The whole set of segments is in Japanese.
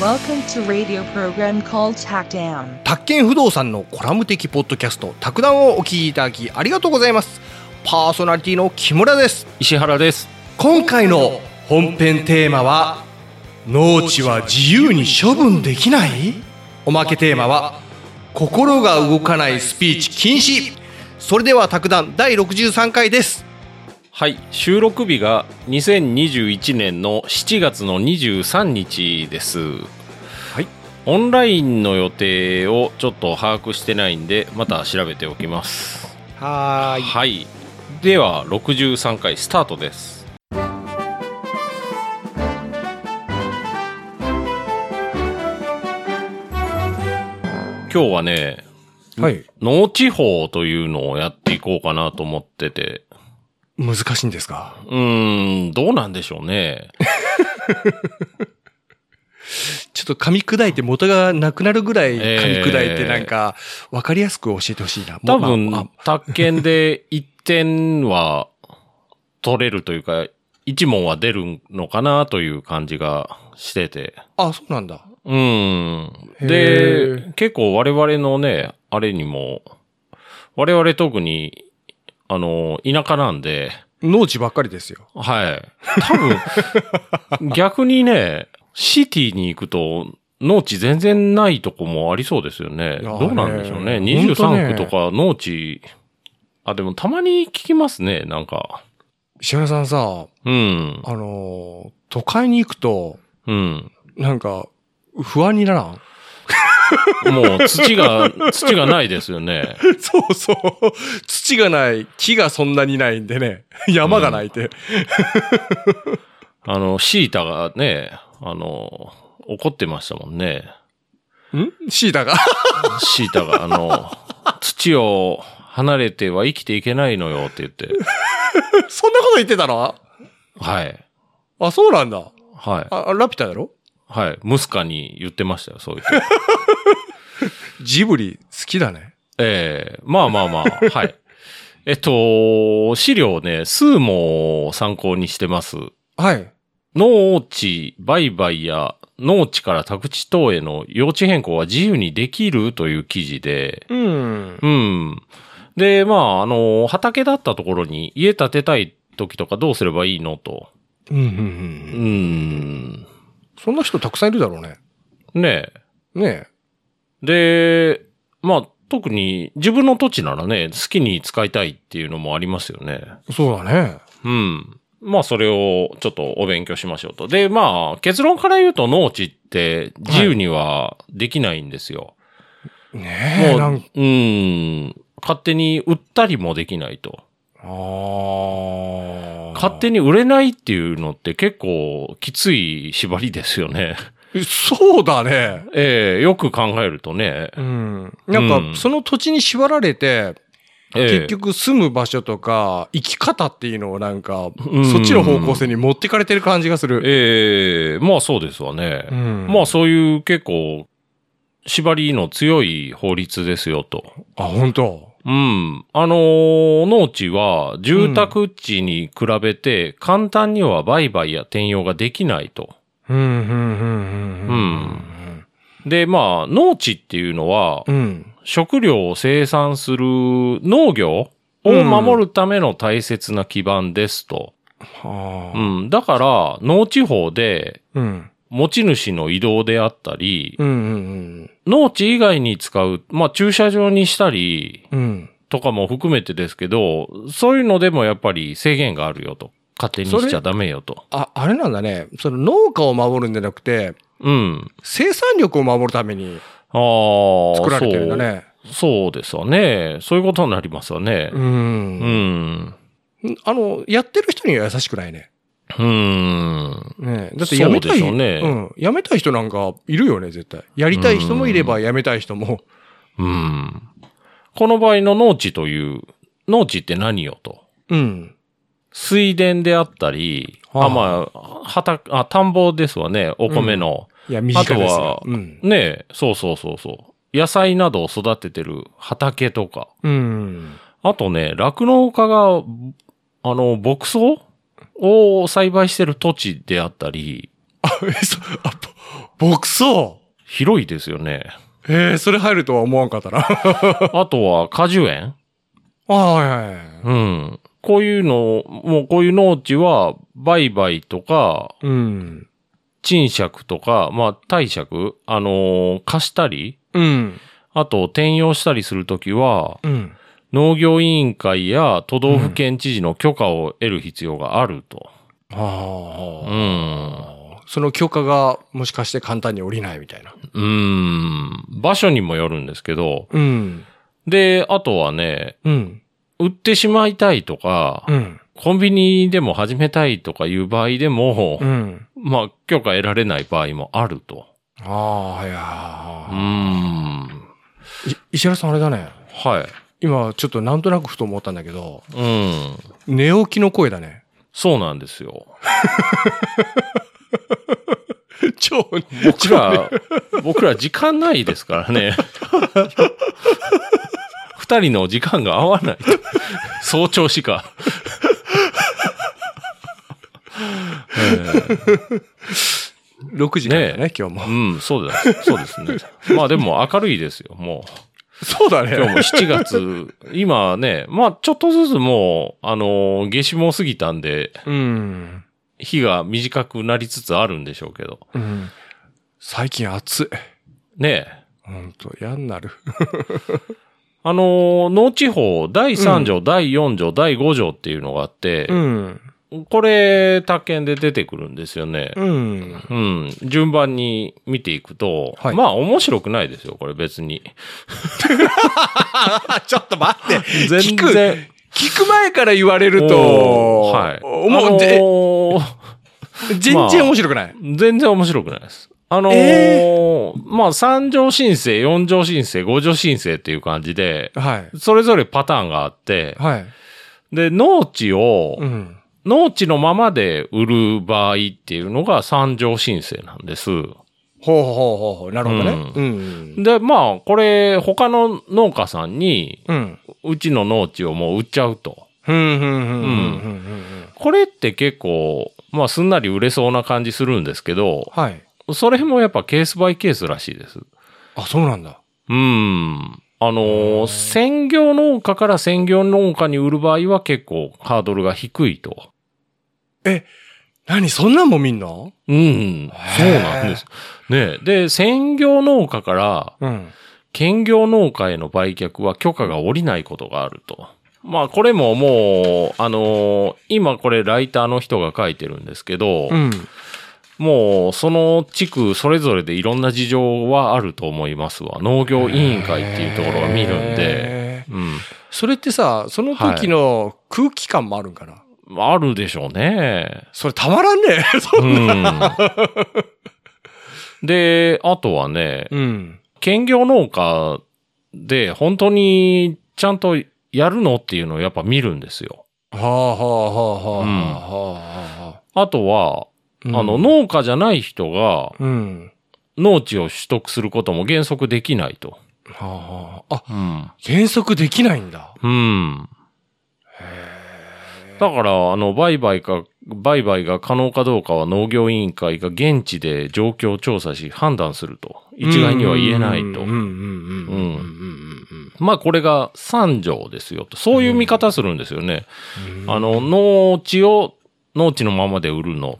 Welcome to radio program called Hackdown. 宅建不動産のコラム的ポッドキャスト「宅談」をお聞きいただきありがとうございますパーソナリティの木村です石原です今回の本編テーマは「農地は自由に処分できない?」おまけテーマは「心が動かないスピーチ禁止」それでは卓談第63回ですはい収録日が2021年の7月の23日ですはいオンラインの予定をちょっと把握してないんでまた調べておきますはーいはいでは63回スタートです今日はねはい農地法というのをやっていこうかなと思ってて難しいんですかうーん、どうなんでしょうね。ちょっと噛み砕いて元がなくなるぐらい噛み砕いてえーなんか分かりやすく教えてほしいな多まあま分あ、宅建で1点は取れるというか、1問は出るのかなという感じがしてて。ああそうなんだうん。へで、結構我々のね、あれにも、我々特に、あの、田舎なんで、農地ばっかりですよはい。多 分、逆にね、シティに行くと、農地全然ないとこもありそうですよね。いやーどうなんでしょうね。ねほんとね23区とか農地、あ、でもたまに聞きますね、なんか。石原さんさうん。あのー都会に行くと、うん。なんか、不安にならんもう土が、土がないですよね。 そうそう。土がない、木がそんなにないんでね。山がないって。あの、シータがね、あの、怒ってましたもんね。んシータが。シータが、あの、土を離れては生きていけないのよって言って。 そんなこと言ってたのはい。あ、そうなんだ。はい。あ、あラピュタだろはい。ムスカに言ってましたよ、そういうこと。ジブリ好きだね。 ええまあまあまあ、はい。えっと、資料ね、数も参考にしてます。はい。農地売買や農地から宅地等への用地変更は自由にできるという記事で、うん。うん。で、まあ、あの、畑だったところに家建てたい時とかどうすればいいのと。うん、うん、う。うんん。そんな人たくさんいるだろうね。ねえ。ねで、まあ、特に自分の土地ならね、好きに使いたいっていうのもありますよね。え。そうだね。うん。まあ、それをちょっとお勉強しましょうと。で、まあ、結論から言うと農地って自由にはできないんですよ。ねえ。なもんう、うん。勝手に売ったりもできないと。あー勝手に売れないっていうのって結構きつい縛りですよね。 そうだね。ええよく考えるとね。うん。なんうんか、その土地に縛られて、ええ結局住む場所とか生き方っていうのをなんか、んそっちの方向性に持ってかれてる感じがする。ええまあそうですわね。うんまあそういう結構、縛りの強い法律ですよと。あ、本当うん。あのー農地は住宅地に比べて簡単には売買や転用ができないと。うん、うん、うん、で、まあ、農地っていうのはう、ん。うん。食料を生産する農業を守るための大切な基盤ですと。はうあ。ん。だから、農地法で、うん。持ち主の移動であったり、うん、うん、農地以外に使う、まあ駐車場にしたりうん。うん。とかも含めてですけど、そういうのでもやっぱり制限があるよと。勝手にしちゃダメよと。あ、あれなんだね。その農家を守るんじゃなくて、うん。生産力を守るためにああ、作られてるんだね。そう。そうですわね。そういうことになりますわねう。。うんん。あの、やってる人には優しくないね。うん。ねえだってやめたい、そうでしょうねん。やめたい人なんかいるよね、絶対。やりたい人もいればやめたい人も。うん。この場合の農地という、農地って何よと。うん。水田であったり、はああ、まあ、畑、あ、田んぼですわね。お米の。いや、身近ですよあとはうん。ねえ、そうそうそうそう。野菜などを育ててる畑とか。うん。あとね、酪農家が、あの、牧草を栽培してる土地であったり、あ、え、そ、あ、牧草広いですよ ね。えー、それ入るとは思わんかったな。 あとは果樹園ああ、はいはいはい。うん。こういうの、もうこういう農地は、売買とか、うん。賃借とか、まあ、貸借あのー貸したり、うん。あと転用したりするときは、うん。農業委員会や都道府県知事の許可を得る必要があると。あうあ、ん。その許可がもしかして簡単に降りないみたいな。うん。場所にもよるんですけど、うん。で、あとはね、うん。売ってしまいたいとか、うん。コンビニでも始めたいとかいう場合でも、うん。まあ、許可得られない場合もあると。ああ、はいはいうーはん。い。い石原さんあれだね。はい。今ちょっとなんとなくふと思ったんだけど、うん。寝起きの声だね。そうなんで すよ。超、僕ら、僕ら時間ないですから ね。二人の時間が合わ ない。早朝しか。え6時からだね、今日えも。うん、そうだ、そうですね。まあでも明るいですよ、もう。そうだね。 今日も7月、今ね、まあちょっとずつもう、あのー、夏至も過ぎたんで、うん。日が短くなりつつあるんでしょうけど。うん。最近暑い。ねえ。ほんと、嫌になる。あのー、農地法第3条、第4条、第5条っていうのがあって、ん。これ、他県で出てくるんですよね。うん。うん。順番に見ていくと、はいまあ面白くないですよ、これ別に。あ、 ちょっと待って。全然。聞く前から言われると、おーはい。あものう、ぜー全然面白くない。全然面白くないです。あのーまあ3条申請、4条申請、5条申請っていう感じで、はい。それぞれパターンがあって、はい。で、農地を、うん。農地のままで売る場合っていうのが三条申請なんです。ほうほうほうほう。なるほどね。ううん。で、まあ、これ、他の農家さんに、うん。うちの農地をもう売っちゃうと。ふんふんふんふんうんふんふんふん。これって結構、まあ、すんなり売れそうな感じするんですけど、はい。それもやっぱケースバイケースらしいです。あ、そうなんだ。うん。あうのーん専業農家から専業農家に売る場合は結構ハードルが低いと。何そんなんも見んのうん。そうなんです。ねえで、専業農家から、うん。兼業農家への売却は許可が下りないことがあると。まあこれももう、あのー今これライターの人が書いてるんですけど、うん。もうその地区それぞれでいろんな事情はあると思いますわ。農業委員会っていうところが見るんで、へー。うん。それってさ、その時の空気感もあるんかな、あるでしょうね。それたまらん ねそううん。で、あとはね、うん。兼業農家で本当にちゃんとやるのっていうのをやっぱ見るんですよ。はあはあはあはあはあはあはあ。あとは、うんあの、農家じゃない人がうん。農地を取得することも原則できないと。はあはあ。あ、うん。減速できないんだ。うん。へだから、あの、売買か、売買が可能かどうかは農業委員会が現地で状況を調査し判断すると。一概には言えないとうん。うんうんうんうんまあ、これが三条ですよと。そういう見方するんですよね。うんうん。あの、農地を農地のままで売るの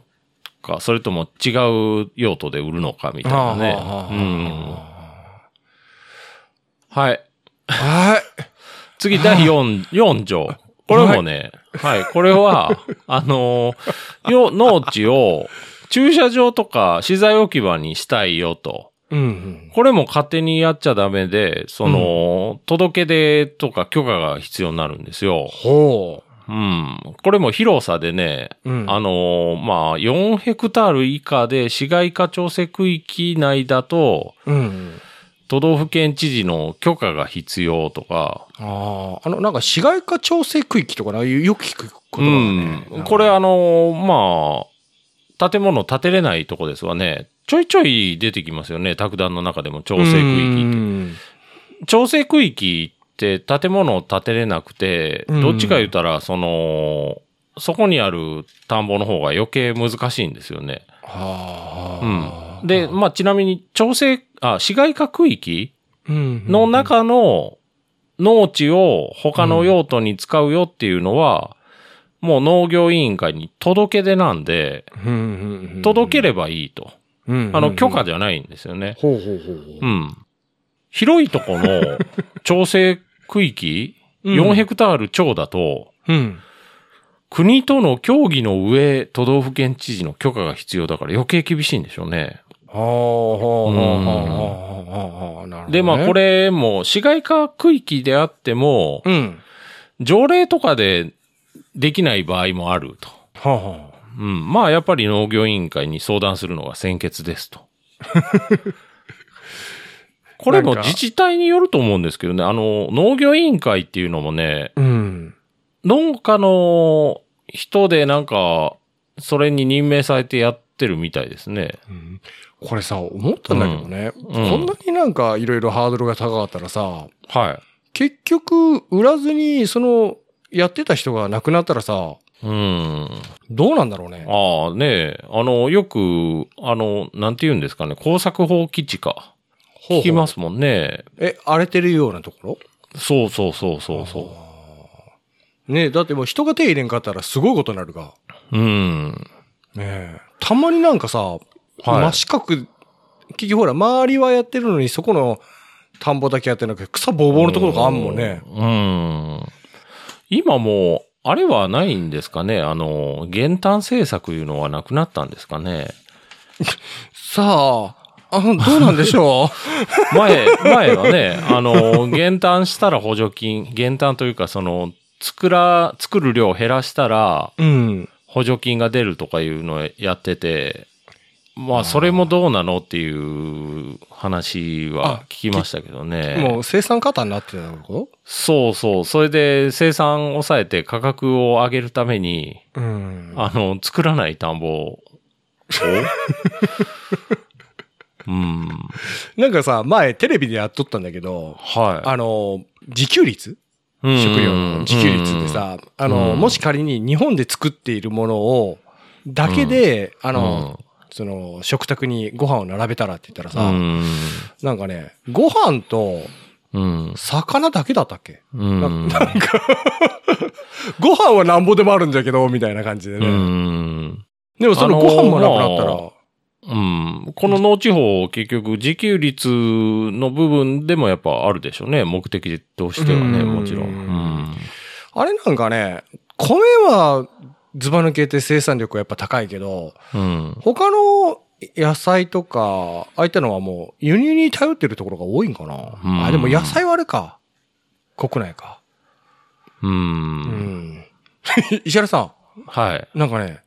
か、それとも違う用途で売るのかみたいなね。うん。はい。はい。次、第 4, 4条。これもね、はい、これは、あのーよ、農地を駐車場とか資材置き場にしたいよと。うんこれも勝手にやっちゃダメで、その、届け出とか許可が必要になるんですよ。ほうん。これも広さでね、う。うんあのーまあ、4ヘクタール以下で市街化調整区域内だと、うん。都道府県知事の許可が必要とか、ああ、あの、なんか市街化調整区域とかな、よく聞くことだね。うん、これあの、まあ、建物建てれないとこですわね。ちょいちょい出てきますよね。卓談の中でも調整区域っ域。て。調整区域って建物を建てれなくて、うんどっちか言ったら、その、そこにある田んぼの方が余計難しいんですよね。はあ。で、まあ、ちなみに、調整、あ、市街化区域うんの中の農地を他の用途に使うよっていうのは、もう農業委員会に届け出なんで、届けれればいいと。ばあの、許可じゃないんですよね。ほうほうほうほうう。ん。広いとこの調整区域、うん4ヘクタール超だと、うん。国との協議の上、都道府県知事の許可が必要だから余計厳しいんでしょうね。はあはあはあはあはあはあはあなるほどねで、まあこ。れも市街化区域であっても、うん。条例とかでできない場合もあると。はあはあ。うん。まあやっぱり農業委員会に相談するのが先決で すと。これも自治体によると思うんですけどね、あの、農業委員会っていうのもね、うん。農家の人でなんか、それに任命されてやってるみたいですね。うんこれさ、思ったんだけどね。んこんなになんかいろいろハードルが高かったらさ、は結局、売らずに、その、やってた人が亡くなったらさ、い。うん。どうなんだろうね。ああねえ、あの、よく、あの、なんて言うんですかね、工作法基地か。ほうほう聞きますもんね。え、荒れてるようなところそうそうそうそうそねえ、だってもう人が手入れんかったらすごいことになるが。う。うん。ねえ。たまになんかさ、真四角、結局ほら、周りはやってるのに、そこの田んぼだけやってなくて、草ぼうぼうのところがあんもんね。うん。今もう、あれはないんですかねあの、減反政策いうのはなくなったんですかねさあ、あどうなんでしょ前、 前はね、あの、減反したら補助金、減反というか、その、作ら、作る量を減らしたら、 う。うん。補助金が出るとかいうのをやってて、まあ、それもどうなのっていう話は聞きましたけどもね。う生産型になってたのこそうそう。それで生産を抑えて価格を上げるために、とうん。あの、作らない田んぼを。 うん。なんかさ、前テレビでやっとったんだけど、はあの、自給率い。うん食料の自給率って。さ、あの、うんもし仮に日本で作っているものを、だけで、ああの、、その、食卓にご飯を並べたらって言ったらうさ、ん。なんかね、ご飯とうん。魚だけだったっけうん。ご飯はなんぼでもあるんだけど、みたいな感じでうね。ん。でもそのあごのー飯もなくなったら、まうん。この農地法、結局、自給率の部分でもやっぱあるでしょうね。目的としてはね、うんもちろん。うん。あれなんかね、米はズバ抜けて生産力はやっぱ高いけど、うん。他の野菜とか、ああいったのはもう輸入に頼ってるところが多いんかな。うんあ、でも野菜はあれか。国内か。うん。うん。 石原さはい。ん、なんかね、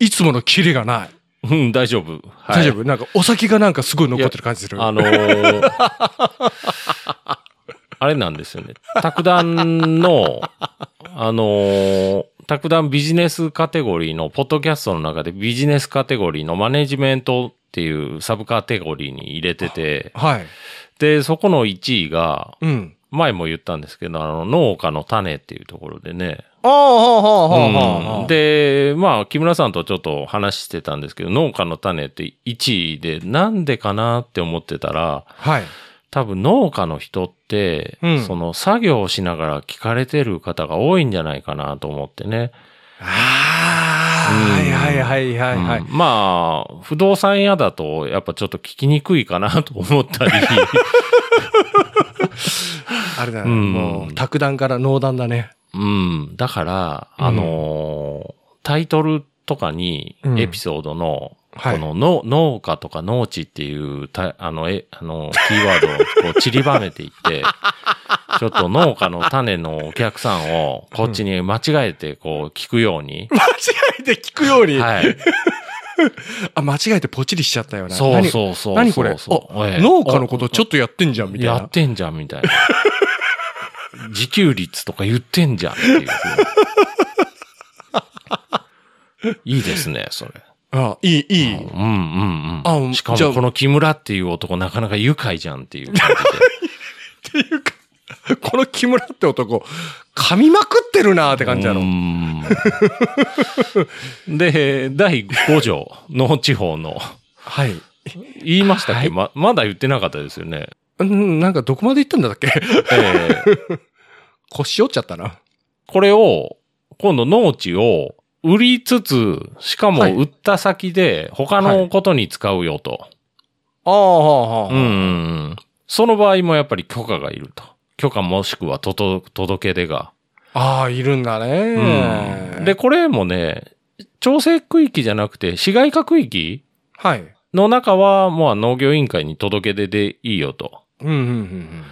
いつものキレがない。うん、大丈夫。は大い丈夫なんかお酒がなんかすごい残ってる感じする。あのー、あれなんですよね。卓談の、あのー、卓談ビジネスカテゴリーの、ポッドキャストの中でビジネスカテゴリーのマネジメントっていうサブカテゴリーに入れてて、はい。で、そこの1位が、うん。前も言ったんですけど、あの、農家の種っていうところでね。ああ、はあ、はあ、はあ、はうあ。、んで、まあ、木村さんとちょっと話してたんですけど、農家の種って1位で、なんでかなって思ってたら、はい。多分農家の人って、うんその作業をしながら聞かれてる方が多いんじゃないかなと思ってね。ああ、はいはいはいはいはい。うんまあ、不動産屋だとやっぱちょっと聞きにくいかなと思っ たり。あれだうね。んもう、卓談から農談だね。うん。だから、うんあのータイトルとかにうんエピソードの、はいこのの農家とか農地っていうた、あの、え、あの、キーワードをこ う散りばめていって、ちょっと農家の種のお客さんをこっちに間違えてこう聞くように、間違えて聞くように。 はい。あ、間違えてポチリしちゃったよな。そう何そうそう。何これそうそうあええ農家のことちょっとやってんじゃん、みたいやなっ。てんじゃん、みたいな。 自給率とか言ってんじゃんっていうふうに。 いいですね、それ。あ、いい、いい。うんうんあう。うんんしかじゃもあこの木村っていう男なかなか愉快じゃんっていう感じで。っていうか、 この木村って男、噛みまくってるなーって 感じだろ。うんで、第5条、農地方の、はい。言いましたっけ、はいま、まだ言ってなかったですよね。うん、なんかどこまで行ったんだっけ ええ腰折っちゃったな。これを、今度農地を売りつつ、しかもはい売った先で他のことに使うよと。ああ、はあ、うんうんうん。その場合もやっぱり許可がいると。許可もしくはとと届け出が。ああ、いるんだね。で、、これもね、調整区域じゃなくて、市街化区域はい。の中は、もう農業委員会に届け出でいいよと。うん、うん、うん。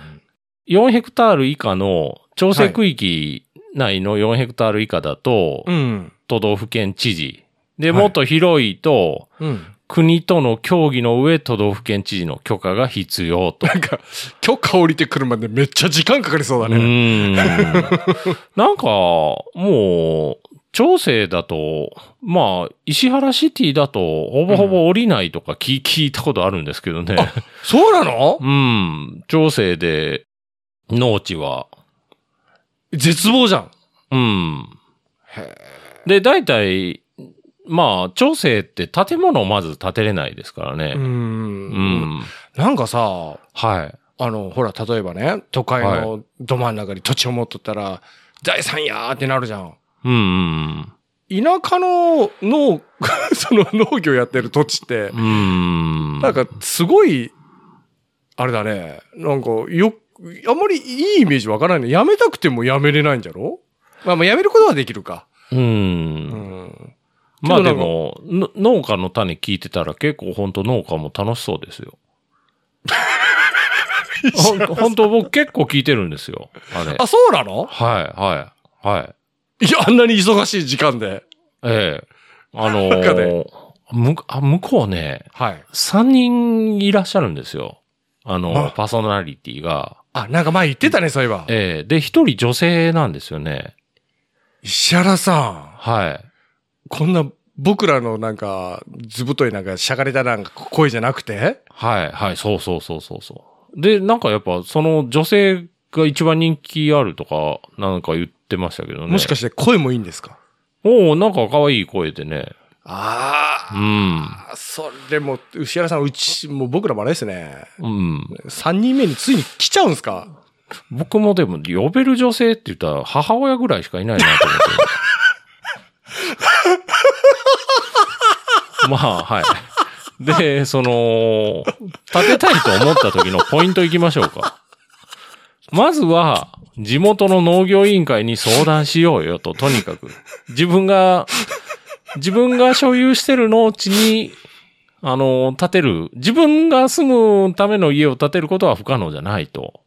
4ヘクタール以下の、調整区域内の4ヘクタール以下だと、うん。都道府県知事。で、はいもっと広いと、うん。国との協議の上、都道府県知事の許可が必要と。なんか、許可降りてくるまでめっちゃ時間かかりそうだうね。ーん。なんか、もう、調整だと、まあ、石原シティだと、ほぼほぼ降りないとか聞,、聞いたことあるんですけどね。 そうなのうん。調整で、農地は。絶望じゃん。うん。で、大体、まあ、調整って建物をまず建てれないですからうね。うん。ん。なんかさ、はい。あの、ほら、例えばね、都会のど真ん中に土地を持っとったら、財産やーってなるじゃん。うんうん田舎の農、 その農業やってる土地ってう、ん。うん。なんかすごい、あれだね、なんかよ、あんまりいいイメージわからないね。辞めたくても辞めれないんじゃろまあまあ辞めることはできるか。う。うんん。まあけでどなんかも、の農家の種聞いてたら結構本当農家も楽しそうで すよ。ほん本当僕結構聞いてるんですよ。あれ。あ、そうなのはい、はい、はい。いや、あんなに忙しい時間で。ええ。あのなんかーねむあ、向こうね、はい。 3人いらっしゃるんですよ。あの、あパーソナリティが。あ、なんか前言ってたね、そういえば。ええ。で、1人女性なんですよね。石原さはい。ん、こんな僕らのなんか、ずぶといなんか、しゃがれたなんか声じゃなくてはい、はい、そうそうそうそうそう。で、なんかやっぱ、その女性が一番人気あるとか、なんか言ってましたけどね。もしかしして声もいいんですかおおなんか可愛い声でね。あうん。あ、それも、牛原さん、うち、もう僕らもあれですね。うん。 3人目についに来ちゃうんすか僕もでも、呼べる女性って言ったら、母親ぐらいしかいないなと思って。 まあ、はい。で、その、建てたいと思った時のポイント行きましょうか。まずは、地元の農業委員会に相談しようよと、とにかく。自分が、自分が所有してる農地に、あの、建てる、自分が住むための家を建てることは不可能じゃないと。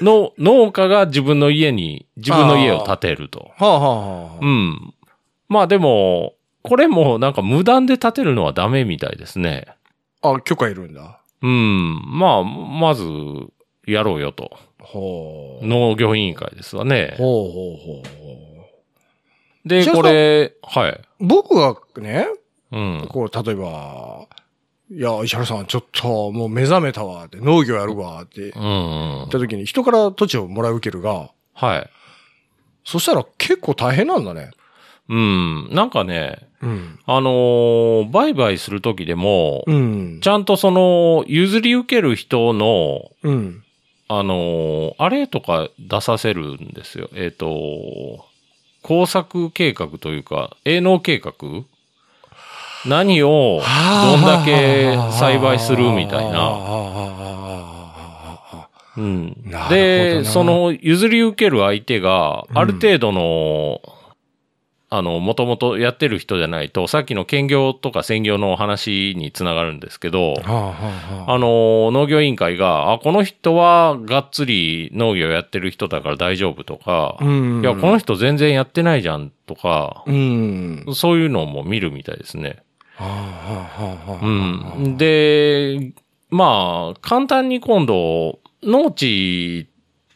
の、農家が自分の家に、自分の家を建てると。はあはあうはん。まあでも、これもなんか無断で建てるのはダメみたいですね。あ。あ、許可いるんだ。うん。まあ、まず、やろうよと。ほう。農業委員会ですわね。ほうほうほうほで、じゃあこれ、はい。う。僕がね、うん。こう、例えば、いや、石原さん、ちょっと、もう目覚めたわ、って、農業やるわ、って言っうんうん。た時に、人から土地をもらい受けるが、はい。そしたら結構大変なんだね。うん。なんかね、うん。あのー売買するときでも、うん。ちゃんとその、譲り受ける人の、うん。あのーあれとか出させるんですよ。えっ、と、工作計画というか、営農計画何を、どんだけ栽培するみたいな。な。うんなるほどな、で、その譲り受ける相手が、うんある程度の、あの、もともとやってる人じゃないと、さっきの兼業とか専業の話につながるんですけど、はあはあはああの、農業委員会が、あ、この人はがっつり農業やってる人だから大丈夫とか、うんいや、この人全然やってないじゃんとか、うん。そういうのも見るみたいですね。はあはあはあうはあん。で、まあ、簡単に今度、農地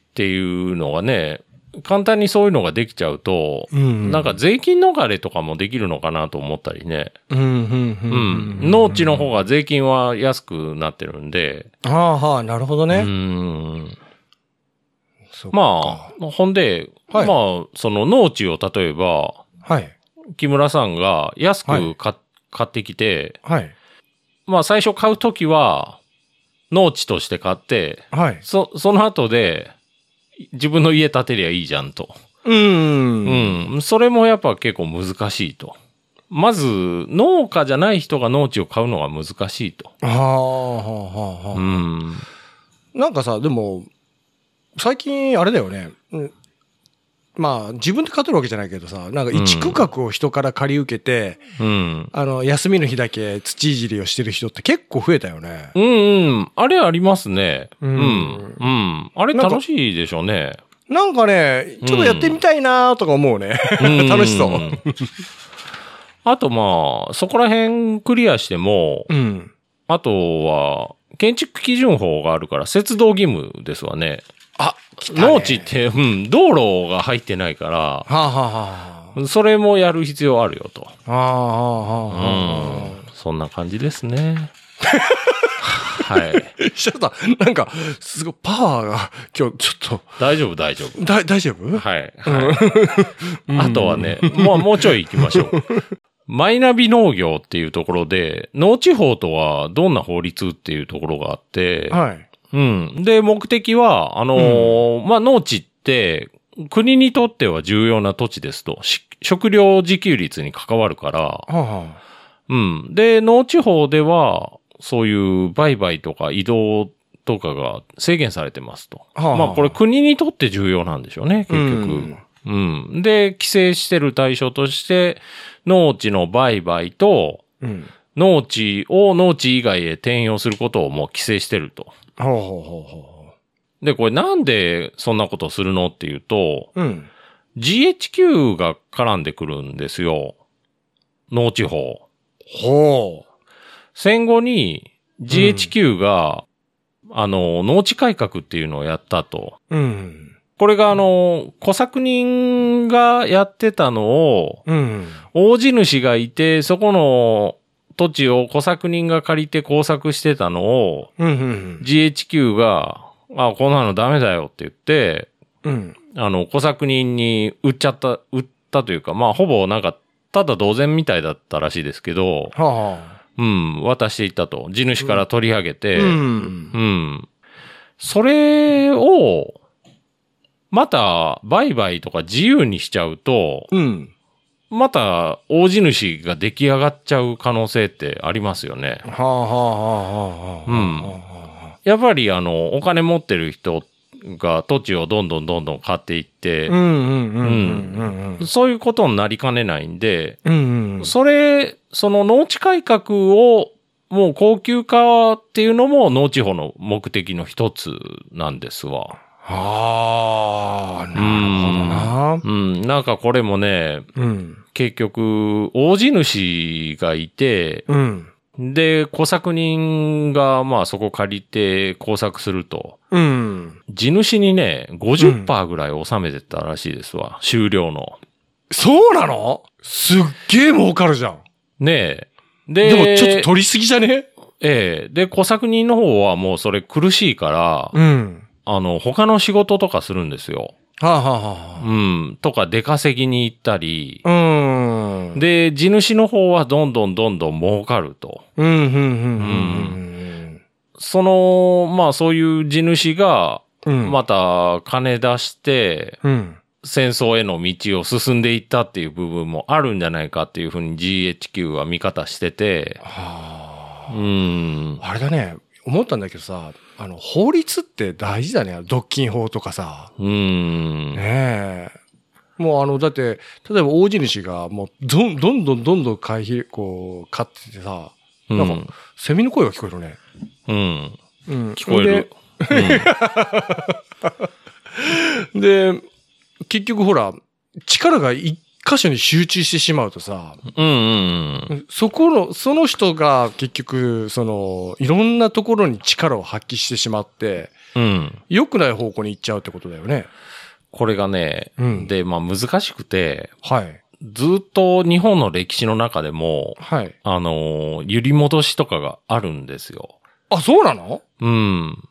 っていうのがね、簡単にそういうのができちゃうと、うんなんか、税金逃れとかもできるのかなと思ったりね。うん、うん、う。うんん。農地の方が税金は安くなってるんで。はあはあ、なるほどうね。ん。そっかまあ、ほんで、はいまあ、その農地を例えば、はい、木村さんが安はいく買っ買ってきて、はい。まあ最初買うときは、農地として買って、はい。そ、その後で、自分の家建てりゃいいじゃんと。う。うんん。それもやっぱ結構難しいと。まず、農家じゃない人が農地を買うのが難しいと。はあ、はあ、はあ、はうん。あ。なんかさ、でも、最近あれだよね。うんまあ、自分で買ってるわけじゃないけどさ、なんか一区画を人から借り受けて、うん。あの、休みの日だけ土いじりをしてる人って結構増えたよね。うんうん。あれありますね。ううんん。うん。あれ楽しいでしょうね。なんかね、ちょっとやってみたいなとか思うね。う ん楽しそう。 あとまあ、そこら辺クリアしても、うん。あとは、建築基準法があるから、節道義務ですわね。あ、来たね農地って、うん、道路が入ってないかはあ、はあはら、それもやる必要あるよと。あ、はあはあうはあはあん。そんな感じですね。 はい。シャタ、なんか、すごいパワーが、今日ちょっ大丈夫、大丈夫。と、だ、大丈夫はい。はい、あとはね、もう、もうちょい行きましょう。マイナビ農業っていうところで、農地法とはどんな法律っていうところがあって、はい。うん。で、目的は、あのーまあ、農地って、国にとっては重要な土地ですと。し食料自給率に関わるから、はあはあうん。で、農地法では、そういう売買とか移動とかが制限されてますと。はあはあまあ、これ国にとって重要なんでしょうね、結局。うん、で、規制してる対象として、農地の売買と、うん。農地を農地以外へ転用することをもう規制してると。ほうほうほうほで、これなんでそんなことするのっていうと、う。うん。 GHQ が絡んでくるんですよ。農地法。ほ戦後に GHQ が、あの、農地改革っていうのをやったと。う。うん。これがあの、小作人がやってたのを、うん。大地主がいて、そこの土地を小作人が借りて工作してたのを、うん。うん。 GHQ が、あ、こんなのダメだよって言って、うん。あの、小作人に売っちゃった、売ったというか、まあ、ほぼなんか、ただ同然みたいだったらしいですけど、はあはあ。うん、渡していったと。地主から取り上げて、うんう。ん。それを、また、売買とか自由にしちゃうと、うん。また、大地主が出来上がっちゃう可能性ってありますよね。はあはあはあはあはあ。うんやっぱり、あの、お金持ってる人が土地をどんどんどんどん買っていって、うんうんうんうんうんそういうことになりかねないんで、うんうん。それ、その農地改革を、もう高級化っていうのも農地法の目的の一つなんですわ。ああ、なるほうん、なんかこれもね、どな。うん。結局、大地主がいて、うん。で、小作人が、まあそこ借りて工作すると、うん。地主にね、50%ぐらい納めてたらしいですわ。終了の。そうなのすっげえ儲かるじゃん。ねえ。でで、もちょっと取りすぎじゃねええ。で、小作人の方はもうそれ苦しいから、うん。あの、他の仕事とかするんですよ。はあ、はうはん。とか出稼ぎに行ったり。あ、うん。、で、地主の方はどんどんどんどん儲かると。うん、うん、うん、その、まあそういう地主が、うん。うん。また金出して、うん。戦争への道を進んでいったっていう部分もあるんじゃないかっていうふうに GHQ は見方してて。はあ。うん。あれだね、思ったんだけどさ、あの、法律って大事だね。独禁法とかさ。うん。ねえ。もうあの、だって、例えば大地主がもう、どんどんどんどんどん回避、こう、勝っててさ、うんなんか、セミの声が聞こえるね。うん。うん。聞こえる。で。で、結局ほら、力が一箇所に集中してしまうとさ、うんうんうん。そこの、その人が結局、その、いろんなところに力を発揮してしまって、うん。良くない方向に行っちゃうってことだよね。これがね、うんで、まあ難しくて、はい。ずっと日本の歴史の中でも、はい。あのー揺り戻しとかがあるんですよ。あ、そうなのうん。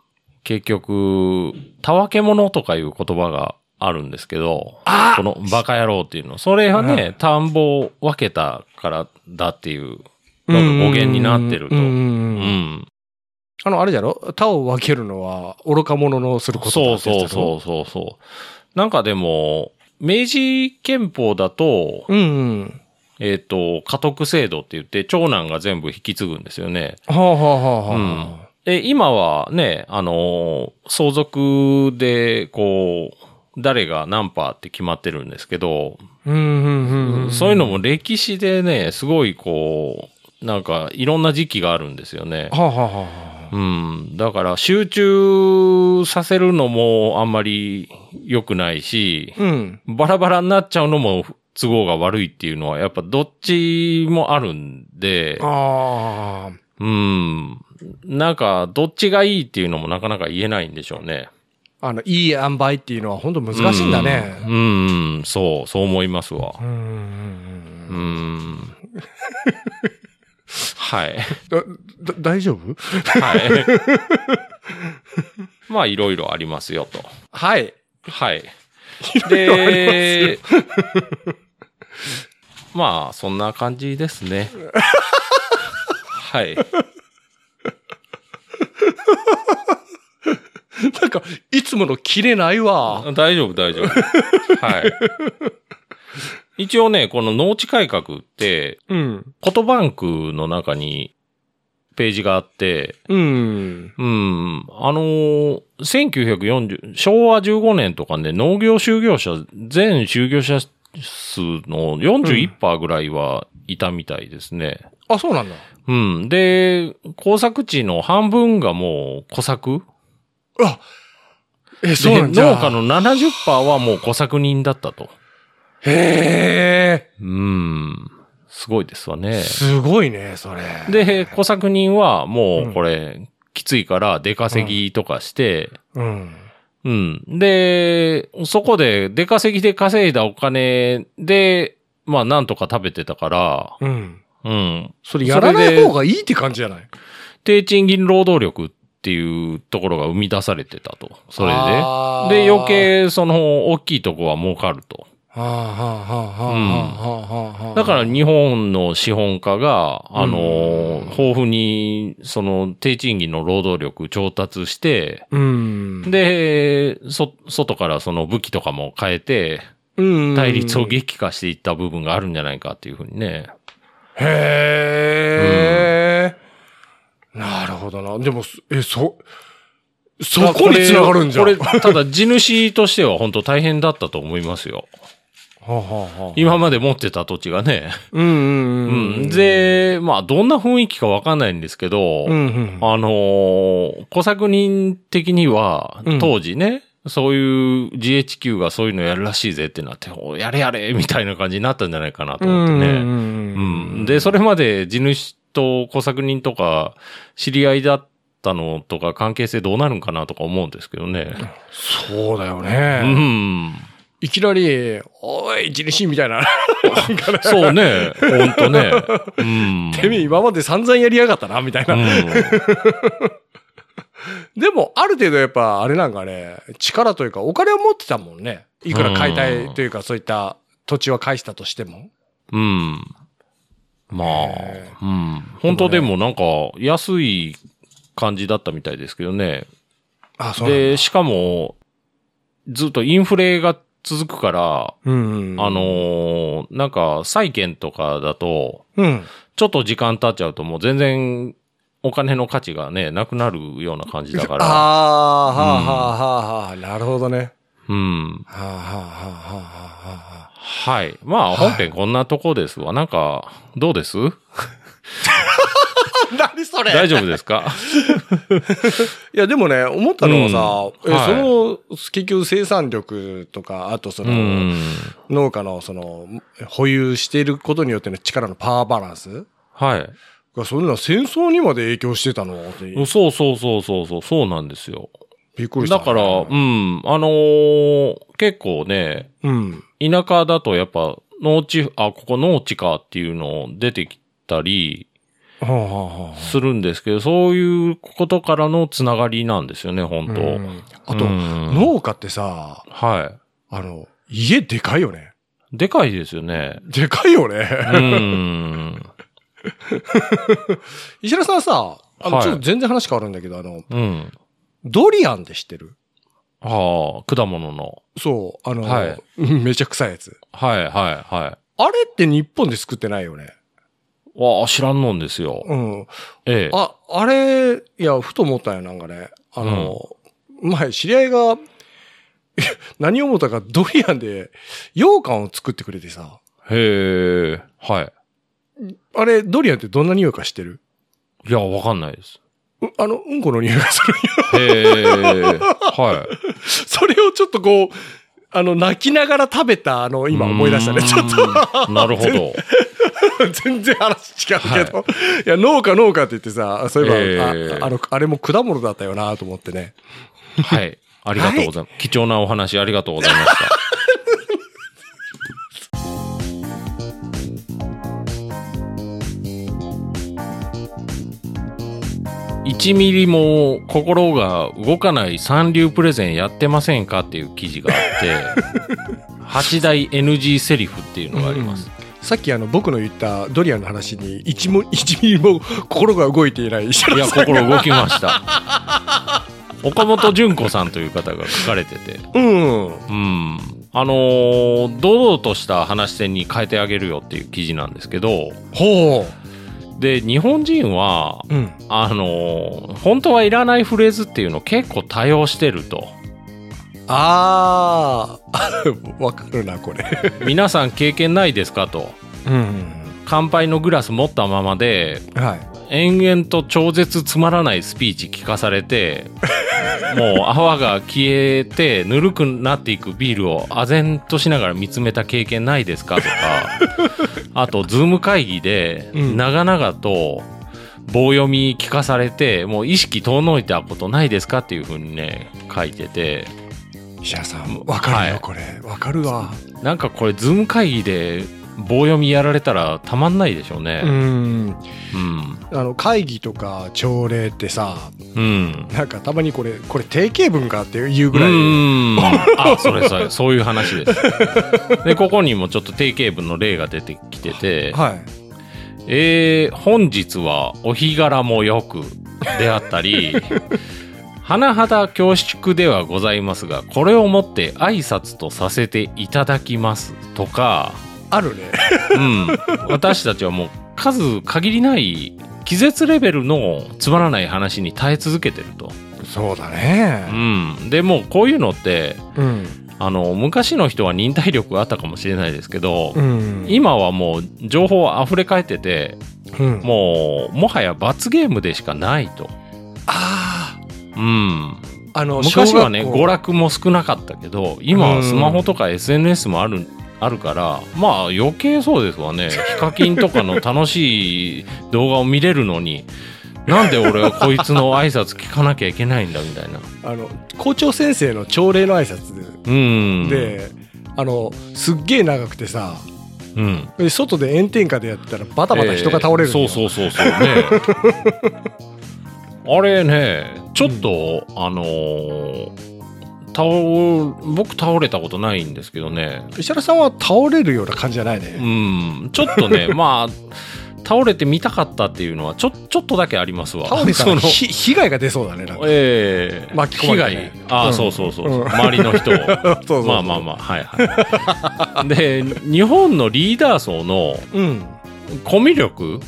結局、たわけ者とかいう言葉があるんですけど、あこのバカ野郎っていうの。それはうんね、田んぼを分けたからだっていうなんか語源になってると。ううんうんん。うんうんあの、あれじゃろ他を分けるのは愚か者のすることそだうそうそうそうそう。なんかでも、明治憲法だと、う。うんうん。えっ、と、家督制度って言って、長男が全部引き継ぐんですよね。はあはあはあはあ。うんえ、今はね、あのー相続で、こう、誰が何パーって決まってるんですけど、うんうんうんうん。そういうのも歴史でね、すごいこう、なんかいろんな時期があるんですよね。はあはあはあ。うん。だから集中させるのもあんまり良くないし、うん。バラバラになっちゃうのも都合が悪いっていうのはやっぱどっちもあるんで、ああ。うん。なんかどっちがいいっていうのもなかなか言えないんでしょうね。あの、いい塩梅っていうのは本当難しいんだね。うん、うんそう、そう思いますわ。うんうんうーん。はい。うんうん。だ、だ大丈夫はい。まあ、いろいろありますよと。はい。はい。ろで、まあ、そんな感じですね。はい。なんか、いつもの切れないわ。大丈夫、大丈夫。はい。一応ね、この農地改革って、うん。ことバンクの中にページがあって、うん。うん。あのー、1940、昭和15年とかね、農業就業者、全就業者数の41%ぐらいはいたみたいですね。あ、そうなんだ。うん。で、工作地の半分がもう小作あえ、そうで、なん農だ。家の70%はもう小作人だったと。へうん。すごいですわえ。ね。すごいね、それ。で、小作人はもうこれ、きついから出稼ぎとかして、うん。うん。で、そこで出稼ぎで稼いだお金で、まあなんとか食べてたから、うん。うん。それやらない方がいいって感じじゃない低賃金労働力っていうところが生み出されてたと。それあーで。で、余計その大きいとこは儲かると。はあはあはあはあはあはあはあ。だから日本の資本家が、あの、うん豊富にその低賃金の労働力調達して、うん。、で、そ、外からその武器とかも変えて、うん。対立を激化していった部分があるんじゃないかっていうふうにね。へえ、なるほどな。でも、すえ、そ、そこに繋がるんじゃん。これ、これただ地主としては本当大変だったと思いますよ。はあはあはあ今まで持ってた土地がね。うんううんうんん。、で、まあ、どんな雰囲気かわかんないんですけど、うんうん。あのー小作人的にはうん、当時ね、そういう GHQ がそういうのやるらしいぜってなって、おやれやれみたいな感じになったんじゃないかなと思ってね。うん。で、それまで地主と小作人とか、知り合いだったのとか、関係性どうなるんかなとか思うんですけどね。 そうだようね。ん。いきなり、おい、地主みたいな。そうね。ほんとね。うん。てめえ今まで散々やりやがったな、みたいな。でも、ある程度やっぱ、あれなんかね、力というか、お金を持ってたもんね。いくら解体というか、そういった土地は返したとしても。うん。うん。まあへ、うん。本当でもなんか、安い感じだったみたいですけどね。あ、そなんだで、しかも、ずっとインフレが続くから、うんうん。あ、のーなんか、債券とかだと、うん。ちょっと時間経っちゃうともう全然お金の価値がね、なくなるような感じだから。ああ、はあはあはあはあ、なるほどね。うん。はあはあはあはあはあ。はい。まあ本編こんなとこですわ。なんか、どうです 何それ大丈夫で すかいや、でもね、思ったのはさ、うんえはいその、結局生産力とか、あとそうの、ん。農家のその、保有していることによっての力のパワーバランスはい。が、そんな戦争にまで影響してたのってそうそうそうそうそう、そうなんですよ。びっくりした。だから、うん。あのー結構ね、うん。田舎だとやっぱ農地、あ、ここ農地かっていうの出てきたりはあはあはするんですけど、そういうことからのつながりなんですよね、本あ。当、うんあと、うん農家ってさ、はあの、家でかいよね。い。でかいですよね。でかいようね。ーん。 石田さんさ、あの、はいちょっと全然話変わるんだけど、あの、うん。ドリアンで知ってるはあ、果物の。そう、あの、はいうん めちゃ臭いやつ。はいはいはあれって日本で作ってないよね。い。わあ、知らんのんですよ。うん。ええ。あ、あれ、いや、ふと思ったよ、なんかね。あの、前、知り合いが、 いや何を思ったか、ドリアンで、羊羹を作ってくれてさ、へえ。はい。あれ、ドリアンってどんな匂いか知ってるいや、わかんないです。うあの、うんこの匂いがする。 へえ。はい。それをちょっとこう、あの、泣きながら食べた、あの、 今思い出したね。ちょっと。なるほど。と、全然話違うけど。い、や、農家農家って言ってさ、そういえば、えーああの、あれも果物だったよなと思ってね。はい。ありがとうございます。貴重なお話ありがとうございました。1ミリも心が動かない三流プレゼンやってませんかっていう記事があって、8大 NG セリフっていうのがあります。さっきあの僕の言ったドリアンの話に一も一ミリも心が動いていない石い原や、さんが心動きました。岡本純子さんという方が書かれてて、うんうん、あのー堂々とした話し手に変えてあげるよっていう記事なんですけどほで日本人はううんあのー本当はいらないフレーズっていうのを結構多用してるとあー わかるなこれ皆さん経験ないですかとうん乾杯のグラス持ったままではい延々と超絶つまらないスピーチ聞かされてもう泡が消えてぬるくなっていくビールを唖然としながら見つめた経験ないですかとかあとズーム会議でうん長々と棒読み聞かされてもう意識遠のいたことないですかっていうふうにね書いてて石原さんわかるはよいこれわかるわなんかこれズーム会議で棒読みやられたらたまんないでしょううね。んうん、あの会議とか朝礼ってさうんなんかたまにこれこれ定型文かっていうぐうらいーん。あ、それそれ、そういう話です。 で、ここにもちょっと定型文の例が出てきてて、はいえー、本日はお日柄もよくであったり、 甚だ恐縮ではございますが、これをもって挨拶とさせていただきます とか、あるねうん、私たちはもう数限りない気絶レベルのつまらない話に耐え続けてると。そうだうねん。でもうこういうのって、うんあの昔の人は忍耐力があったかもしれないですけど、うん今はもう情報あふれ返っててうんもうもはや罰ゲームでしかないと、あうん、ーあの昔はね小学校娯楽も少なかったけど今はスマホとか SNS もあるあるからまあ余計そうですわねヒカキンとかの楽しい動画を見れるのになんで俺はこいつの挨拶聞かなきゃいけないんだみたいな。あの校長先生の朝礼の挨拶でうん、であのすっげえ長くてさうん、で外で炎天下でやってたらバタバタ人が倒れるんだよ、えーそうそうそうそうね あれねちょっと、あのー倒僕倒れたことないんですけどね石原さんは倒れるような感じじゃないうね、んちょっと ねまあ倒れてみたかったっていうのはちょちょっとだけありますわ倒れたら そのひ被害が出そうだねなんかええ巻き込被まれて害ねああ、うんそうそうそう、うん周りの人を そうそうそうまあまあまあはいはいで日本のリーダー層のうんコミュ力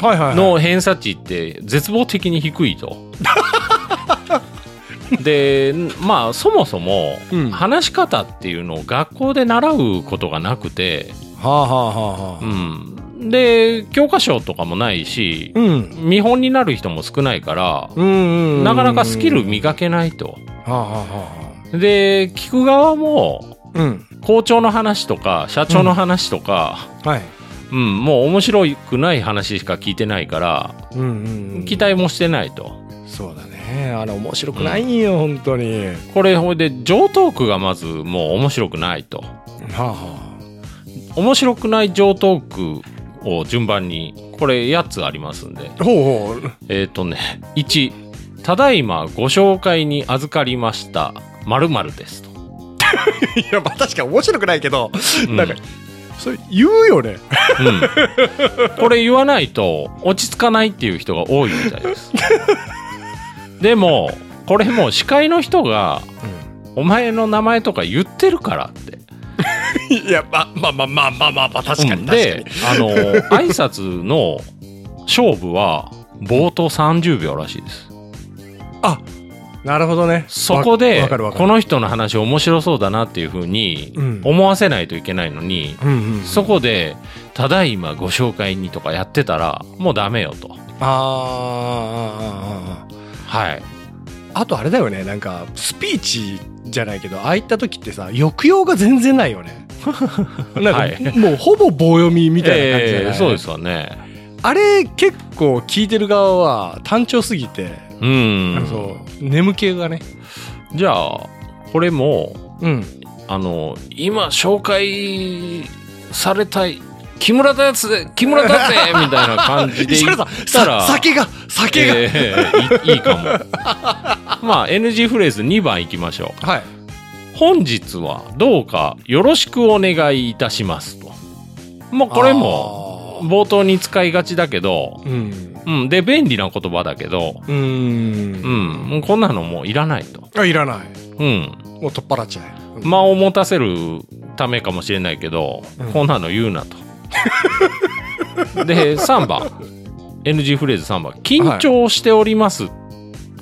はいはい、はい、の偏差値って絶望的に低いと。 でまあそもそもうん話し方っていうのを学校で習うことがなくて、はあはあはあはうあん、で教科書とかもないしうんうん見本になる人も少ないからうんうんうんなかなかスキル磨けないと。はあはあはで聞く側もあうん校長の話とか社長の話とか、はいうん、もう面白くない話しか聞いてないからうんうんうん期待もしてないと。そうだねあの面白くないんよ、本当にはこれほいで上トークがまずもう面白くないとあは面白くない上トークを順番にこれ8つありますんであほうほ うえっ、とね1ただいまご紹介に預かりました〇〇ですと、いやまあ確かに面白くないけど、うんなんかそれ言うよねうんこれ言わないと落ち着かないっていう人が多いみたいですでもこれもう司会の人が「お前の名前とか言ってるから」っていや、ま、まあまあまあまあまあ、まあ、確かうに確んかでに。あの挨拶の勝負は冒頭30秒らしいですなるほどね。そこでわかるわかこる。の人の話面白そうだなっていうふうにうん思わせないといけないのに、うんうん。そこで「ただいまご紹介に」とかやってたらもうダメよとあーあーあーはあいーあとあれだよね。なんか、スピーチじゃないけど、ああいった時ってさ、抑揚が全然ないよ ね。なんか、はいもうほぼ棒読みみたいな感じじゃない、えーそうですよねあれ、結構聞いてる側は単調すぎて、うそんう、眠気がね。じゃあこれもうん。あの今紹介されたい木村達也木村達也 みたいな感じで石言原っさん、たらさ酒が、酒が。えーいいい かもまあ NG フレーズ2番いきましょうはい。本日はどうかよろしくお願いいたしますと。まあこれも冒頭に使いがちだけどあ、ー。うん。うん、で便利な言葉だけど、う。うんん、もうこんなのもういらないと。あ、いらない。うん、もう取っ払っちゃえ。うん間を持たせるためかもしれないけど、うんこんなの言うなと。 で、3番。NG フレーズ3番。緊張しております。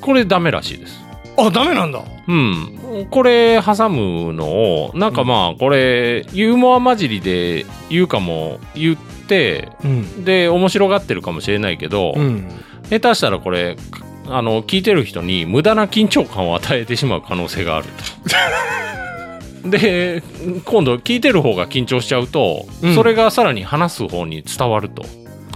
これダメらしいです。あ、ダメなんだ。うん、これ挟むのをなんかまあこれユーモア混じりで言うかも言ってうん。で面白がってるかもしれないけど、うん。下手したらこれあの聞いてる人に無駄な緊張感を与えてしまう可能性がある とで今度聞いてる方が緊張しちゃうと、うんそれがさらに話す方に伝わると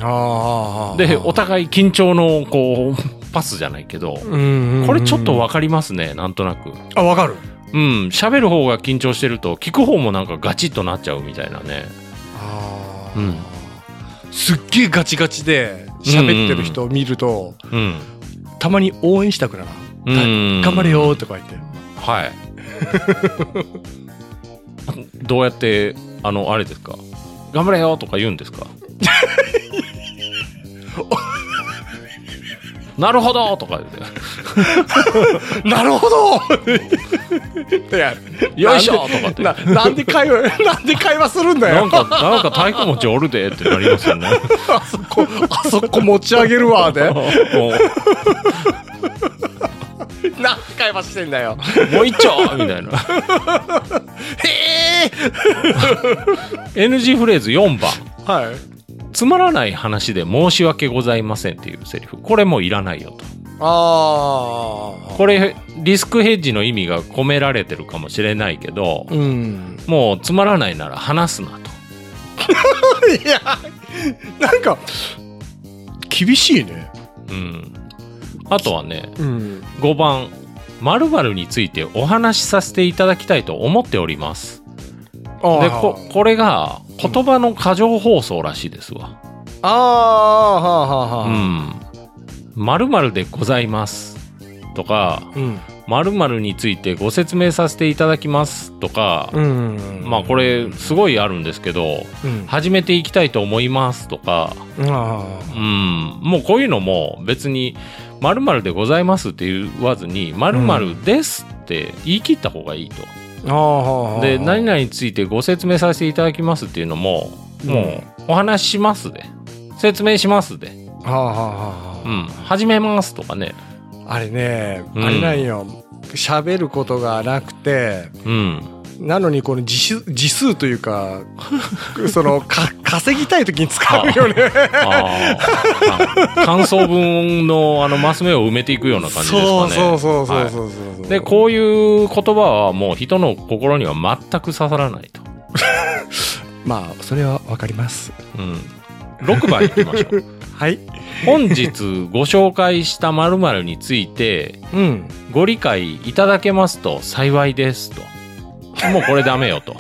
ああ。でお互い緊張のこう パスじゃないけど、うんこれちょっとわ、分かりますねなんとなく。あ、わかる。うん、喋る方が緊張してると聞く方もなんかガチッとなっちゃうみたいなねあーうんすっげえガチガチで喋ってる人を見ると、うん、たまに応援したくなる。うん、頑張れよーとか言って。はい どうやってあのあれですか頑張れよとか言うんですか なるほどとか言っなるほどいやて「よいしょ!」とかってななんで会話、 なんで会話するんだなよん。かなんか太鼓持ちおるでってなりますよねあそこ、あそこ持ち上げるわ で。もう何会話してんだよ。もう一丁みたいなへえ NG フレーズ4番はい。つまらない話で申し訳ございませんっていうセリフこれもういらないよとああ。これリスクヘッジの意味が込められてるかもしれないけどうん。もうつまらないなら話すなといや、なんか、厳しいね。うんあとはねうん。 5番〇〇についてお話しさせていただきたいと思っておりますあでここれが言葉の過剰放送らしいですわああ、はあはうあはあ。ん〇〇でございますとかうん。 〇〇についてご説明させていただきますとかうん。まあこれすごいあるんですけどうん。始めていきたいと思いますとかあうんもうこういうのも別に「まるでございます」って言わずに「まるです」って言い切った方がいいと。あ。ああ。で何々についてご説明させていただきますっていうのももうお話ししますで説明しますで、はあはあうはん、始めますとかね、あ。あれね、うんあれなんよ。喋ることがなくて、うん、なのにこの字数字数という か、そのか稼ぎたい時に使うよね。あ あ感想文のあのマス目を埋めていくような感じですかね。そうそうそうそうそうそうそう。でこういう言葉はもう人の心には全く刺さらないと、まあそれはわかります。うん、6番いきましょうはい。本日ご紹介した〇〇についてうん。ご理解いただけますと幸いですともうこれダメよと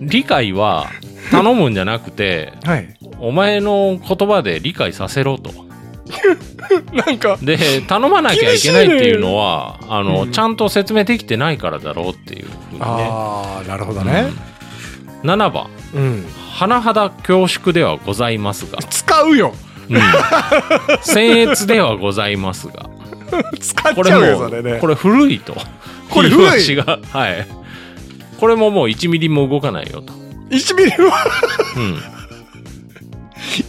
理解は頼むんじゃなくてはい。お前の言葉で理解させろとなんかで頼まなきゃいけないっていうのはあの、うんちゃんと説明できてないからだろうっていうふうにねああなるほどね。うん7番うん。、甚だ恐縮ではございますが使うようん、僭越ではございますが使っこちれゃうよも、そうれねこれ古いとこれ古い 言わしがはいこれももう1ミリも動かないよと、 1ミリはうん、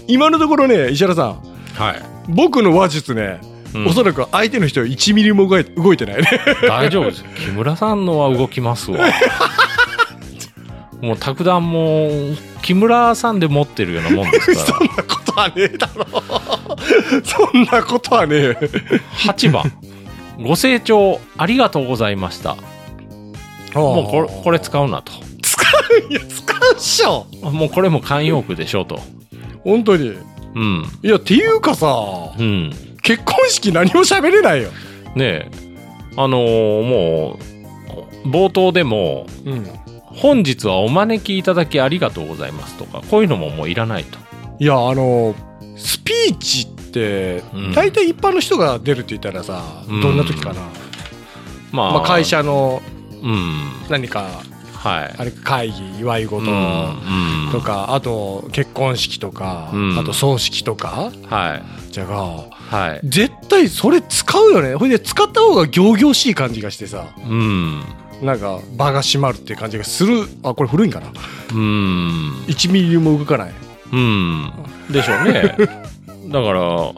今のところね石原さんはい、僕の話術ね、うんおそらく相手の人は1ミリも動い動いてないね大丈夫です木村さんのは動きますわ もう卓談も木村さんで持ってるようなもんです そからんなことはねえだ ろそんなことはねえ8番「ご清聴ありがとうございました」もうこれこれ使うなと使ういや使うっしょもうこれも慣用句でしょうと本当にうんいやっていうかさうんね結婚式何も喋れないよ、えあのーもう冒頭でもうん、 「本日はお招きいただきありがとうございます」とかこういうのももういらないといやあのスピーチってうん大体一般の人が出るって言ったらさ、うんどんな時かな、まあ、まあ、会社のうん何かはいあれ会議祝い事うんうんとかあと結婚式とか、うんあと葬式とかはいじゃがはい。絶対それ使うよねほいで使った方が仰々しい感じがしてさうん。なんか場が閉まるっていう感じがするあこれ古いんかなうん。 1ミリも動かないうん。でしょ うね。だから、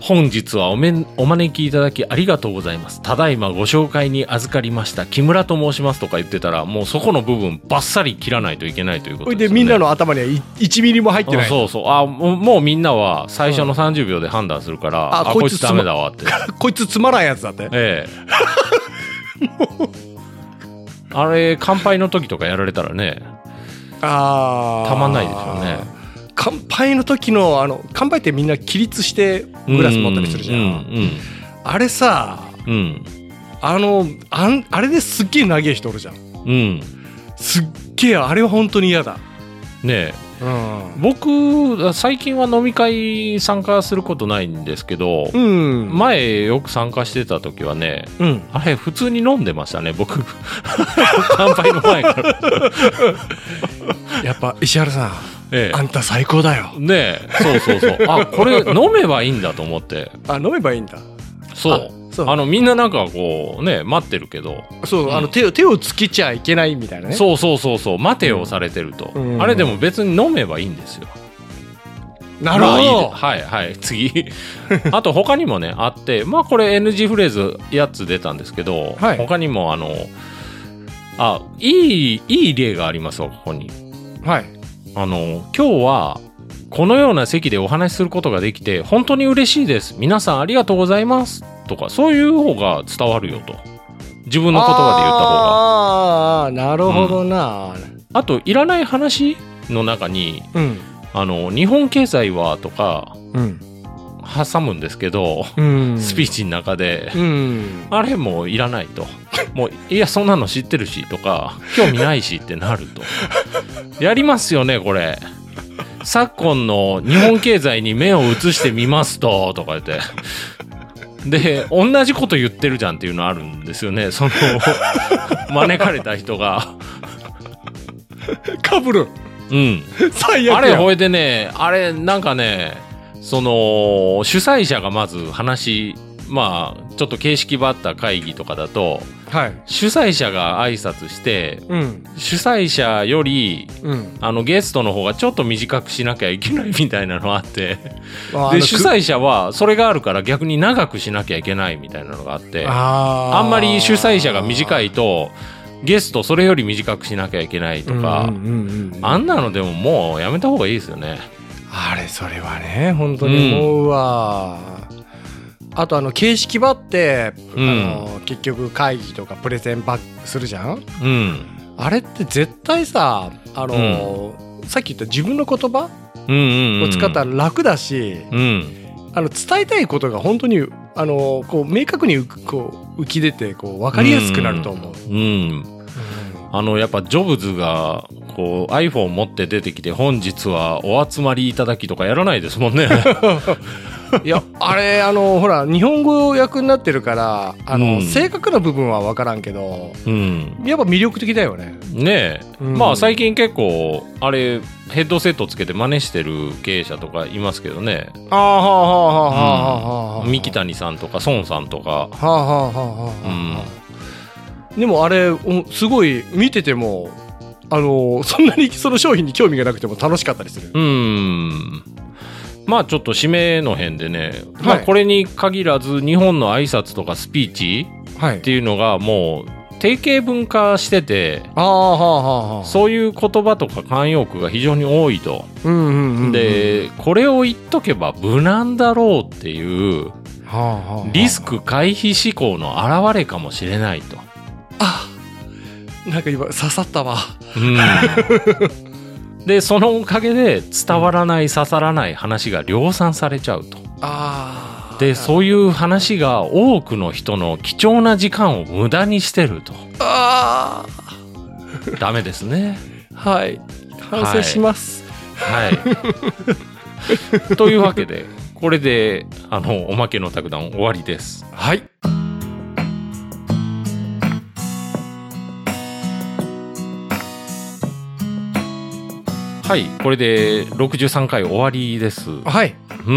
本日はおめんお招きいただきありがとうございます。ただいまご紹介に預かりました。木村と申しますとか言ってたら、もうそこの部分バッサリ切らないといけないというほこといでですよね。みんなの頭にはい1ミリも入ってあないそうそう。あ、もうもうみんなは最初の30秒で判断するから、ああ、ここいいつつダメだわって。こいつつまらんやつだってええ。あれ、乾杯の時とかやられたらね、あーたまんないですよね乾杯の時のあの乾杯ってみんな起立してグラス持ったりするじゃん、うんあれさうんうんあのあんあれですっげえ長い人おるじゃんうんすっげえあれは本当に嫌だねえうん、僕最近は飲み会参加することないんですけど、うん前よく参加してた時はねうん、あれ普通に飲んでましたね僕 乾杯の前からやっぱ石原さんえあんた最高だよえねえそうそうそうあこれ飲めばいいんだと思ってあ飲めばいいんだそうあそうあのみんななんかこうね待ってるけど、そう、うんあの手を手をつけちゃいけないみたいなねそうそうそうそう待てよされてると、うんあれでも別に飲めばいいんですようなるほまあいいど、はいはい 次あと他にもねあってまあこれ NG フレーズ8つ出たんですけど、はい他にもあのあいいいい例がありますわここにはいあの今日はこのような席でお話しすることができて本当に嬉しいです皆さんありがとうございますとかそういう方が伝わるよと自分の言葉で言った方がああなるほどなあといらない話の中にうんあの日本経済はとかうん、挟むんですけど、うん、スピーチの中で、うんあれもういらないと。もう、いや、そんなの知ってるしとか、興味ないしってなると。やりますよね、これ。昨今の日本経済に目を移してみますと、とか言って。で、同じこと言ってるじゃんっていうのあるんですよね。その、招かれた人が。かぶるうん。最悪あれ、やほいでね、あれ、なんかね、その、主催者がまず話、まあ、ちょっと形式ばった会議とかだと、はい主催者が挨拶してうん主催者よりうんあのゲストの方がちょっと短くしなきゃいけないみたいなのあってあでの主催者はそれがあるから逆に長くしなきゃいけないみたいなのがあってああーんまり主催者が短いとゲストそれより短くしなきゃいけないとか、うんうんうんうんあんなのでももうやめた方がいいですよねあれそれはね本当に思うわ、あとあの形式ばって、うんあの結局会議とかプレゼンばっするじゃんうんあれって絶対さあの、さっき言った自分の言葉うんうん、うをん、使ったら楽だし、うんあの伝えたいことが本当にあのこう明確にうこう浮き出てこう分かりやすくなると思う。うんあのやっぱジョブズがこう iPhone 持って出てきて本日はお集まりいただきとかやらないですもんねいやあれあのほら日本語訳になってるからあの、うん正確な部分は分からんけどうん。やっぱ魅力的だよねねえ、うんまあ最近結構、あれ、ヘッドセットつけて真似してる経営者とかいますけどね。ああはあはあはあはあはあ三木谷さんとか孫さんとか。はあはあはあはうあ、ん。でもあれおすごい見ててもあのそんなにその商品に興味がなくても楽しかったりする、うん。まあちょっと締めの辺でね、まあはいこれに限らず日本の挨拶とかスピーチはいっていうのがもう定型文化してて、ああはあはあはあそういう言葉とか慣用句が非常に多いと。うんうんうんうんで、これを言っとけば無難だろうっていう、はあはあはあリスク回避思考の表れかもしれないと。あなんか今刺さったわうんで、そのおかげで伝わらない刺さらない話が量産されちゃうと。ああで、そういう話が多くの人の貴重な時間を無駄にしてると。あダメですね。あはい反省します、はい。というわけで、これで、あの、おまけの卓談終わりです。はい。はい、これで63回終わりです。はい。う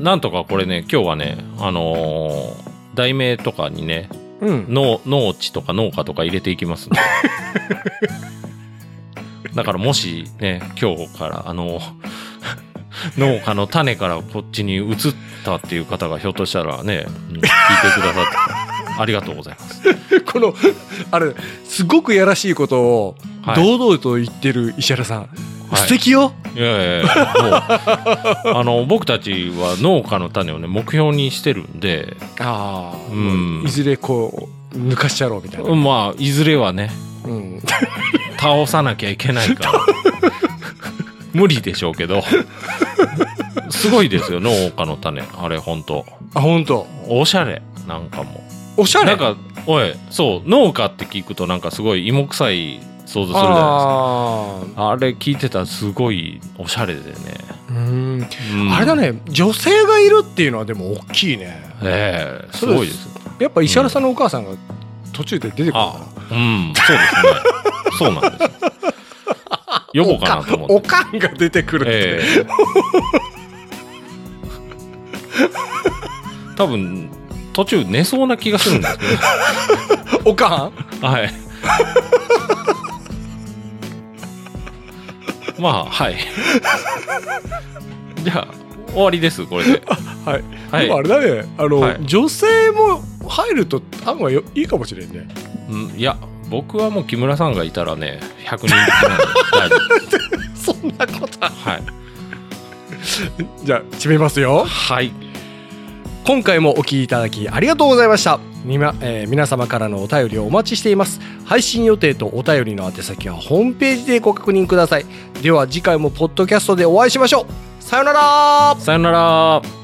ん。なんとかこれね、今日はね、あのー題名とかにね、 うん。農、農地とか農家とか入れていきますんでだからもしね、今日から、あの、 農家の種からこっちに移ったっていう方がひょっとしたらね、うん聞いてくださって、ありがとうございます。この、あれ、すごくやらしいことを、はい堂々と言ってる石原さん。はい素敵よ。いやいやいや、もう、あの、僕たちは農家の種をね、目標にしてるんで、ああ、うんいずれこう、抜かしちゃろうみたいな。まあ、いずれはね、うん。倒さなきゃいけない から。無理でしょうけど。すごいですよ、農家の種。あれ、ほんと。あ、本当。おしゃれ、なんかも。おしゃれ。なんか、おい、そう、農家って聞くとなんかすごい芋臭い想像するじゃないあですか。あれ聞いてたらすごいおしゃれでね。あー、うん。うんあれだ。ね、女性がいるっていうのはでも大きいね。ええすごいです。やっぱ石原さんのお母さんが途中で出てくるから。あうん、そうですね。そうなんですよ。呼ぼうかなと思ってお。かんが出てくるって、ええ多分途中寝そうな気がするんですけおかんどはいまあはいじゃあ終わりですこれではい、はでもあい、れだねあの、はい女性も入ると案外よいいかもしれんねうん、いや僕はもう木村さんがいたらね100人なんで大丈夫です そんなことははい、じゃあ締めますよはい、今回もお聞きいただきありがとうございましたみま、えー皆様からのお便りをお待ちしています配信予定とお便りの宛先はホームページでご確認くださいでは次回もポッドキャストでお会いしましょうさようならさよなら